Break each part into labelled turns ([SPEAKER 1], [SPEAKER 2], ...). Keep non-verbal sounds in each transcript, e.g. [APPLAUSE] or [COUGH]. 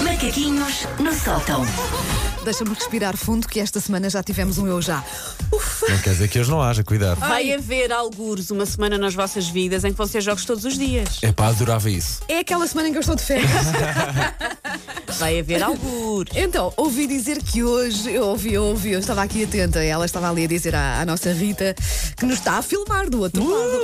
[SPEAKER 1] Macaquinhos no sótão.
[SPEAKER 2] Deixa-me respirar fundo que esta semana já tivemos um eu já.
[SPEAKER 3] Não quer dizer que hoje não haja, cuidado.
[SPEAKER 4] Vai haver algures uma semana nas vossas vidas em que vão ser jogos todos os dias.
[SPEAKER 3] É pá, adorava isso.
[SPEAKER 2] É aquela semana em que eu estou de
[SPEAKER 4] [LAUGHS]
[SPEAKER 2] férias.
[SPEAKER 4] Vai haver algures.
[SPEAKER 2] Então, ouvi dizer que hoje, eu ouvi, eu ouvi, eu estava aqui atenta, ela estava ali a dizer à, à nossa Rita que nos está a filmar do outro lado,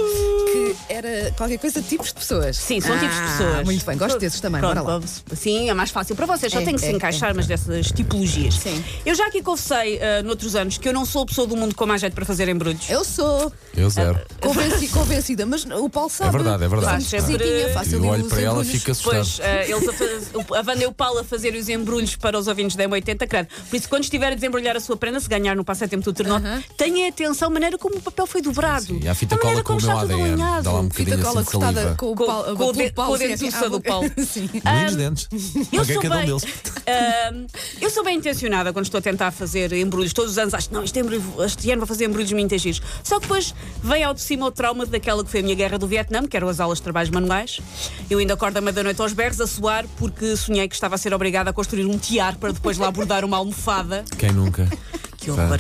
[SPEAKER 2] que era qualquer coisa, tipos de pessoas.
[SPEAKER 4] Uh! Sim, são tipos de
[SPEAKER 2] Ah,
[SPEAKER 4] pessoas.
[SPEAKER 2] Muito bem, gosto desses também,
[SPEAKER 4] Pronto,
[SPEAKER 2] bora lá.
[SPEAKER 4] vamos- Sim, é mais fácil para vocês, só
[SPEAKER 2] É,
[SPEAKER 4] tem que se
[SPEAKER 2] é,
[SPEAKER 4] encaixar
[SPEAKER 2] é.
[SPEAKER 4] mas dessas tipologias.
[SPEAKER 2] Sim.
[SPEAKER 4] Eu já aqui confessei ah, noutros anos que eu não sou a pessoa do mundo com mais jeito para fazer embrulhos.
[SPEAKER 2] Eu sou
[SPEAKER 3] Eu zero.
[SPEAKER 2] convenci- convencida, mas o Paulo sabe.
[SPEAKER 3] verdade, é verdade.
[SPEAKER 2] Faço cozitinha, faço
[SPEAKER 3] Eu
[SPEAKER 2] ali
[SPEAKER 3] olho
[SPEAKER 2] uns
[SPEAKER 3] para ela e
[SPEAKER 2] embrulhos.
[SPEAKER 3] fico assustado.
[SPEAKER 4] Pois, ah, eles a, faz- o- a Wanda e o Paulo a fazer os embrulhos para os ouvintes da M80, credo. Por isso, quando estiver a desembrulhar a sua prenda, se ganhar no passatempo do Ternó, tenha atenção à maneira como o papel foi dobrado.
[SPEAKER 3] E a fita cola
[SPEAKER 4] maneira
[SPEAKER 3] com o
[SPEAKER 4] como
[SPEAKER 3] meu
[SPEAKER 4] está tudo
[SPEAKER 3] ADN. Dá lá um
[SPEAKER 4] alinhado.
[SPEAKER 3] bocadinho
[SPEAKER 2] Fita cola
[SPEAKER 3] assim de
[SPEAKER 2] cortada
[SPEAKER 3] saliva.
[SPEAKER 2] com o
[SPEAKER 4] Com-
[SPEAKER 2] Paulo.
[SPEAKER 4] com o
[SPEAKER 2] pelo
[SPEAKER 4] de- com a
[SPEAKER 2] sim,
[SPEAKER 4] dentuça
[SPEAKER 2] à
[SPEAKER 4] do
[SPEAKER 2] boca.
[SPEAKER 4] Paulo.
[SPEAKER 2] [LAUGHS] Sim.
[SPEAKER 3] Lindos dentes.
[SPEAKER 4] ah,
[SPEAKER 3] [LAUGHS]
[SPEAKER 4] [LAUGHS] Eu
[SPEAKER 3] Paguei
[SPEAKER 4] sou,
[SPEAKER 3] cada um
[SPEAKER 4] bem,
[SPEAKER 3] deles.
[SPEAKER 4] [LAUGHS] Ahm, eu sou bem intencionada quando estou a tentar fazer embrulhos. Todos os anos acho que não, este, embrulho, este ano vou fazer embrulhos muito giros. Só que depois vem ao de cima o trauma daquela que foi a minha guerra do Vietnã, que eram as aulas de trabalhos manuais. Eu ainda acordo à meia-noite aos berros a suar porque sonhei que estava a ser obrigada a construir um tiar para depois lá bordar uma almofada.
[SPEAKER 3] Quem nunca?
[SPEAKER 4] Que horror.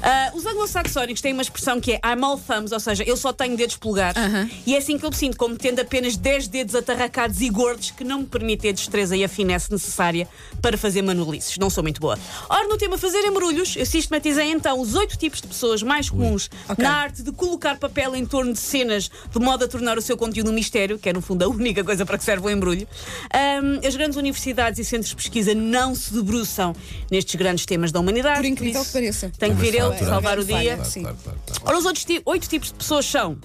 [SPEAKER 4] Ah, os anglo-saxónicos têm uma expressão que é I'm all thumbs, ou seja, eu só tenho dedos polegares. E é assim que eu me sinto, como tendo apenas 10 dedos atarracados e gordos que não me permitem a destreza e a finesse necessária para fazer manolices. Não sou muito boa. Ora, no tema fazer embrulhos, eu sistematizei então os oito tipos de pessoas mais comuns
[SPEAKER 2] Ok.
[SPEAKER 4] na arte de colocar papel em torno de cenas de modo a tornar o seu conteúdo um mistério, que é no fundo a única coisa para que serve o embrulho. Ahm, as grandes universidades e centros de pesquisa não se debruçam nestes grandes temas da humanidade.
[SPEAKER 2] Por incrível
[SPEAKER 4] Por isso,
[SPEAKER 2] que pareça.
[SPEAKER 4] Tem que vir eu
[SPEAKER 3] Temos de
[SPEAKER 4] salvar o
[SPEAKER 2] faturar.
[SPEAKER 4] dia.
[SPEAKER 3] Claro,
[SPEAKER 2] Sim.
[SPEAKER 3] claro, claro, claro.
[SPEAKER 4] Ora, os outros ti- oito tipos de pessoas são: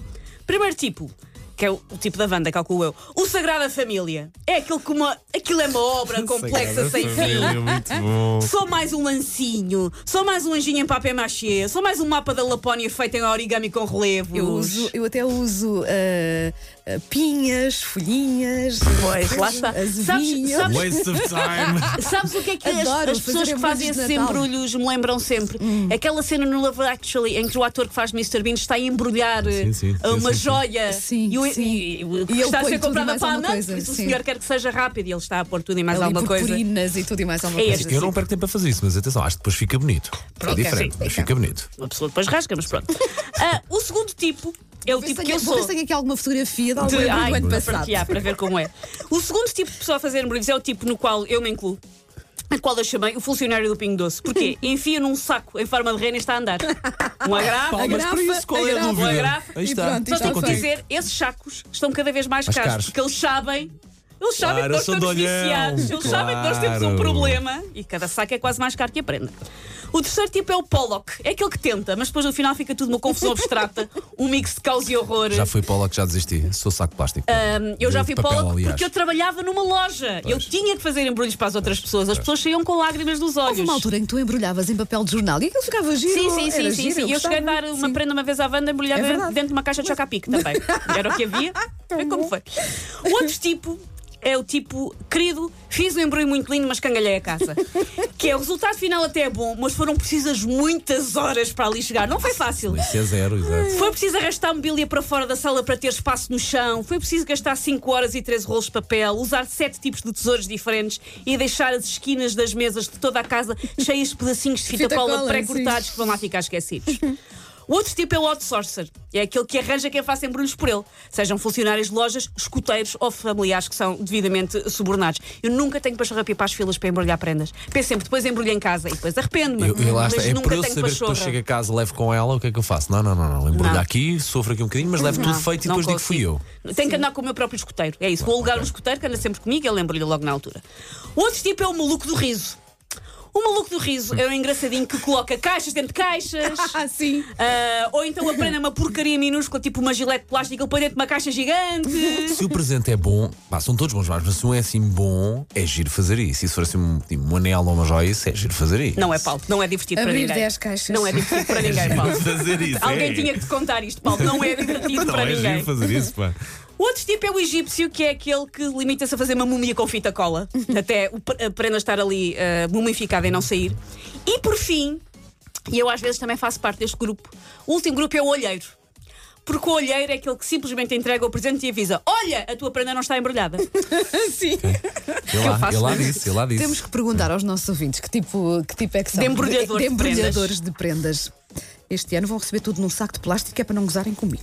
[SPEAKER 4] primeiro tipo. Que é o, o tipo da Wanda, calculo eu. O Sagrada Família. É aquilo que uma. Aquilo é uma obra complexa sem fim.
[SPEAKER 3] Muito bom.
[SPEAKER 4] Só mais um lancinho. Só mais um anjinho em papel machê. Só mais um mapa da Lapónia feito em origami com relevos.
[SPEAKER 2] Eu, uso, eu até uso ah, ah, pinhas, folhinhas.
[SPEAKER 4] Pois, lá está. Sabes,
[SPEAKER 2] Azevinho.
[SPEAKER 4] sabes-
[SPEAKER 3] Waste of time.
[SPEAKER 4] Sabes o que é que as,
[SPEAKER 2] Adoro
[SPEAKER 4] as pessoas
[SPEAKER 2] fazer
[SPEAKER 4] que fazem
[SPEAKER 2] embrulhos de
[SPEAKER 4] esses
[SPEAKER 2] Natal. Hum.
[SPEAKER 4] embrulhos me lembram sempre? Aquela cena no Love Actually em que o ator que faz Mr. Bean está a embrulhar
[SPEAKER 3] Sim, sim,
[SPEAKER 4] eh, uma
[SPEAKER 3] sim, sim.
[SPEAKER 4] joia
[SPEAKER 2] Sim,
[SPEAKER 4] e, o,
[SPEAKER 2] sim.
[SPEAKER 4] e- e o que
[SPEAKER 2] E ele
[SPEAKER 4] está a
[SPEAKER 2] põe
[SPEAKER 4] ser
[SPEAKER 2] tudo e
[SPEAKER 4] comprada
[SPEAKER 2] mais
[SPEAKER 4] para a
[SPEAKER 2] alguma
[SPEAKER 4] amante,
[SPEAKER 2] coisa,
[SPEAKER 4] por isso o
[SPEAKER 2] sim.
[SPEAKER 4] senhor quer que seja rápido e ele está a pôr tudo e mais
[SPEAKER 2] Ali
[SPEAKER 4] alguma coisa.
[SPEAKER 2] purpurinas e tudo e mais alguma
[SPEAKER 4] É
[SPEAKER 2] coisa.
[SPEAKER 4] este.
[SPEAKER 3] assim, Eu não perco tempo a fazer isso, mas atenção, acho que depois fica bonito. É
[SPEAKER 2] Fica,
[SPEAKER 3] diferente, mas
[SPEAKER 2] fica.
[SPEAKER 3] fica bonito.
[SPEAKER 4] Uma pessoa depois rasga, mas pronto. Ah, o segundo tipo é o
[SPEAKER 2] Vou ver
[SPEAKER 4] tipo
[SPEAKER 2] se
[SPEAKER 4] que eu
[SPEAKER 2] tenho- vou ver
[SPEAKER 4] sou.
[SPEAKER 2] se tenho aqui alguma fotografia de algum
[SPEAKER 3] é
[SPEAKER 4] de-
[SPEAKER 2] embrulho
[SPEAKER 4] ai,
[SPEAKER 2] do ano
[SPEAKER 4] para
[SPEAKER 2] passado.
[SPEAKER 4] partilhar, para ver como é. O segundo tipo de pessoa a fazer embrulhos é o tipo no qual eu me incluo. A qual eu chamei o funcionário do Pingo Doce. Porquê?
[SPEAKER 3] [LAUGHS]
[SPEAKER 4] Enfia num saco em forma de rena e está a andar. Um agrafo.
[SPEAKER 2] Palmas para isso, qual é a
[SPEAKER 4] um
[SPEAKER 2] dúvida?
[SPEAKER 4] agrafo.
[SPEAKER 3] Aí
[SPEAKER 2] E
[SPEAKER 3] está.
[SPEAKER 2] pronto, e
[SPEAKER 4] Mas
[SPEAKER 2] está
[SPEAKER 4] tenho que
[SPEAKER 2] contigo.
[SPEAKER 4] dizer, esses sacos estão cada vez mais
[SPEAKER 3] Mais
[SPEAKER 4] caros,
[SPEAKER 3] caros.
[SPEAKER 4] porque eles sabem. Eles sabem
[SPEAKER 3] Claro,
[SPEAKER 4] que nós
[SPEAKER 3] são
[SPEAKER 4] estamos
[SPEAKER 3] de olhão,
[SPEAKER 4] viciados, eles sabem que nós temos um
[SPEAKER 3] claro.
[SPEAKER 4] problema e cada saco é quase mais caro que a prenda. O terceiro tipo é o Pollock, é aquele que tenta, mas depois no final fica tudo uma confusão abstrata, um mix de caos e horror.
[SPEAKER 3] Já fui Paulo que já desisti. Sou saco de plástico.
[SPEAKER 4] Um, eu já
[SPEAKER 3] De
[SPEAKER 4] fui
[SPEAKER 3] papel,
[SPEAKER 4] Pollock
[SPEAKER 3] aliás.
[SPEAKER 4] porque eu trabalhava numa loja. Eu tinha que fazer embrulhos para as outras pessoas. As pessoas saíam com lágrimas nos olhos.
[SPEAKER 2] Houve uma altura em que tu embrulhavas em papel de jornal e aquilo ficava giro.
[SPEAKER 4] Sim, sim, sim,
[SPEAKER 2] era
[SPEAKER 4] sim,
[SPEAKER 2] giro,
[SPEAKER 4] sim. Eu, cheguei a
[SPEAKER 2] gostava.
[SPEAKER 4] dar uma
[SPEAKER 2] Sim.
[SPEAKER 4] prenda uma vez à Wanda embrulhada
[SPEAKER 2] É verdade.
[SPEAKER 4] dentro de uma caixa de
[SPEAKER 2] [LAUGHS]
[SPEAKER 4] chocapic também. Era o que havia. Foi como foi. O outro tipo é o tipo, querido, fiz um embrulho muito lindo, mas cangalhei a casa. que é o resultado final até é bom, mas foram precisas muitas horas para ali chegar. Não foi fácil.
[SPEAKER 3] Isso é zero, exato.
[SPEAKER 4] Foi preciso arrastar a mobília para fora da sala para ter espaço no chão. Foi preciso gastar 5 horas e 13 rolos de papel, usar 7 tipos de tesouros diferentes e deixar as esquinas das mesas de toda a casa cheias de pedacinhos de fita,
[SPEAKER 2] Fita
[SPEAKER 4] cola,
[SPEAKER 2] cola,
[SPEAKER 4] pré-cortados
[SPEAKER 2] sim.
[SPEAKER 4] que vão lá ficar esquecidos. O outro tipo é o outsourcer. É aquele que arranja quem faça embrulhos por ele. Sejam funcionários de lojas, escuteiros ou familiares que são devidamente subornados. Eu nunca tenho pachorra para ir para as filas para embrulhar prendas. Penso sempre, depois embrulho em casa e depois arrependo-me.
[SPEAKER 3] Eu, eu lá está.
[SPEAKER 4] Mas
[SPEAKER 3] É
[SPEAKER 4] nunca
[SPEAKER 3] por eu
[SPEAKER 4] tenho
[SPEAKER 3] saber que depois
[SPEAKER 4] pachorra.
[SPEAKER 3] chego a casa, levo com ela, o que é que eu faço? Não, não, não, não. Embrulho
[SPEAKER 4] Não.
[SPEAKER 3] aqui, sofro aqui um bocadinho, mas levo tudo feito e
[SPEAKER 4] não
[SPEAKER 3] depois digo que fui eu.
[SPEAKER 4] consigo. Tenho que andar com o meu próprio escuteiro. É isso. Vou alugar um escuteiro que anda sempre comigo e eu lembro-lhe logo na altura. O outro tipo é o maluco do riso. O maluco do riso é um engraçadinho que coloca caixas dentro de caixas.
[SPEAKER 2] [LAUGHS] Ah, sim.
[SPEAKER 4] ah, ou então aprende uma porcaria minúscula, tipo uma gilete plástica, ele põe dentro de uma
[SPEAKER 2] [LAUGHS]
[SPEAKER 4] caixa gigante.
[SPEAKER 3] Se o presente é bom, pá, são todos bons, mas se um é assim bom, é giro fazer isso. E se for assim um, tipo, um anel ou uma joia, isso é giro fazer isso.
[SPEAKER 4] Não é, Paulo, não é divertido para
[SPEAKER 2] Abrir
[SPEAKER 4] ninguém.
[SPEAKER 2] 10 caixas. [LAUGHS]
[SPEAKER 4] Não é divertido para ninguém, Paulo.
[SPEAKER 3] [LAUGHS] fazer isso.
[SPEAKER 4] [LAUGHS] Alguém
[SPEAKER 3] é.
[SPEAKER 4] tinha que te contar isto, Paulo. Não
[SPEAKER 3] [LAUGHS]
[SPEAKER 4] é divertido
[SPEAKER 3] Não
[SPEAKER 4] para
[SPEAKER 3] é
[SPEAKER 4] ninguém.
[SPEAKER 3] giro fazer isso, pá.
[SPEAKER 4] O outro tipo é o egípcio, que é aquele que limita-se a fazer uma múmia com fita cola, até o pre- a prenda estar ali eh, mumificada e não sair. E por fim, e eu às vezes também faço parte deste grupo, o último grupo é o olheiro. Porque o olheiro é aquele que simplesmente entrega o presente e avisa: Olha, a tua prenda não está embrulhada.
[SPEAKER 2] Sim.
[SPEAKER 3] Eu
[SPEAKER 4] [LAUGHS] que eu
[SPEAKER 3] lá,
[SPEAKER 4] faço.
[SPEAKER 3] eu lá disse, eu lá disse.
[SPEAKER 2] Temos que perguntar aos nossos ouvintes que tipo, que tipo é que são.
[SPEAKER 4] De embrulhadores de
[SPEAKER 2] embrulhadores de prendas. Este ano vão receber tudo num saco de plástico que é para não gozarem comigo.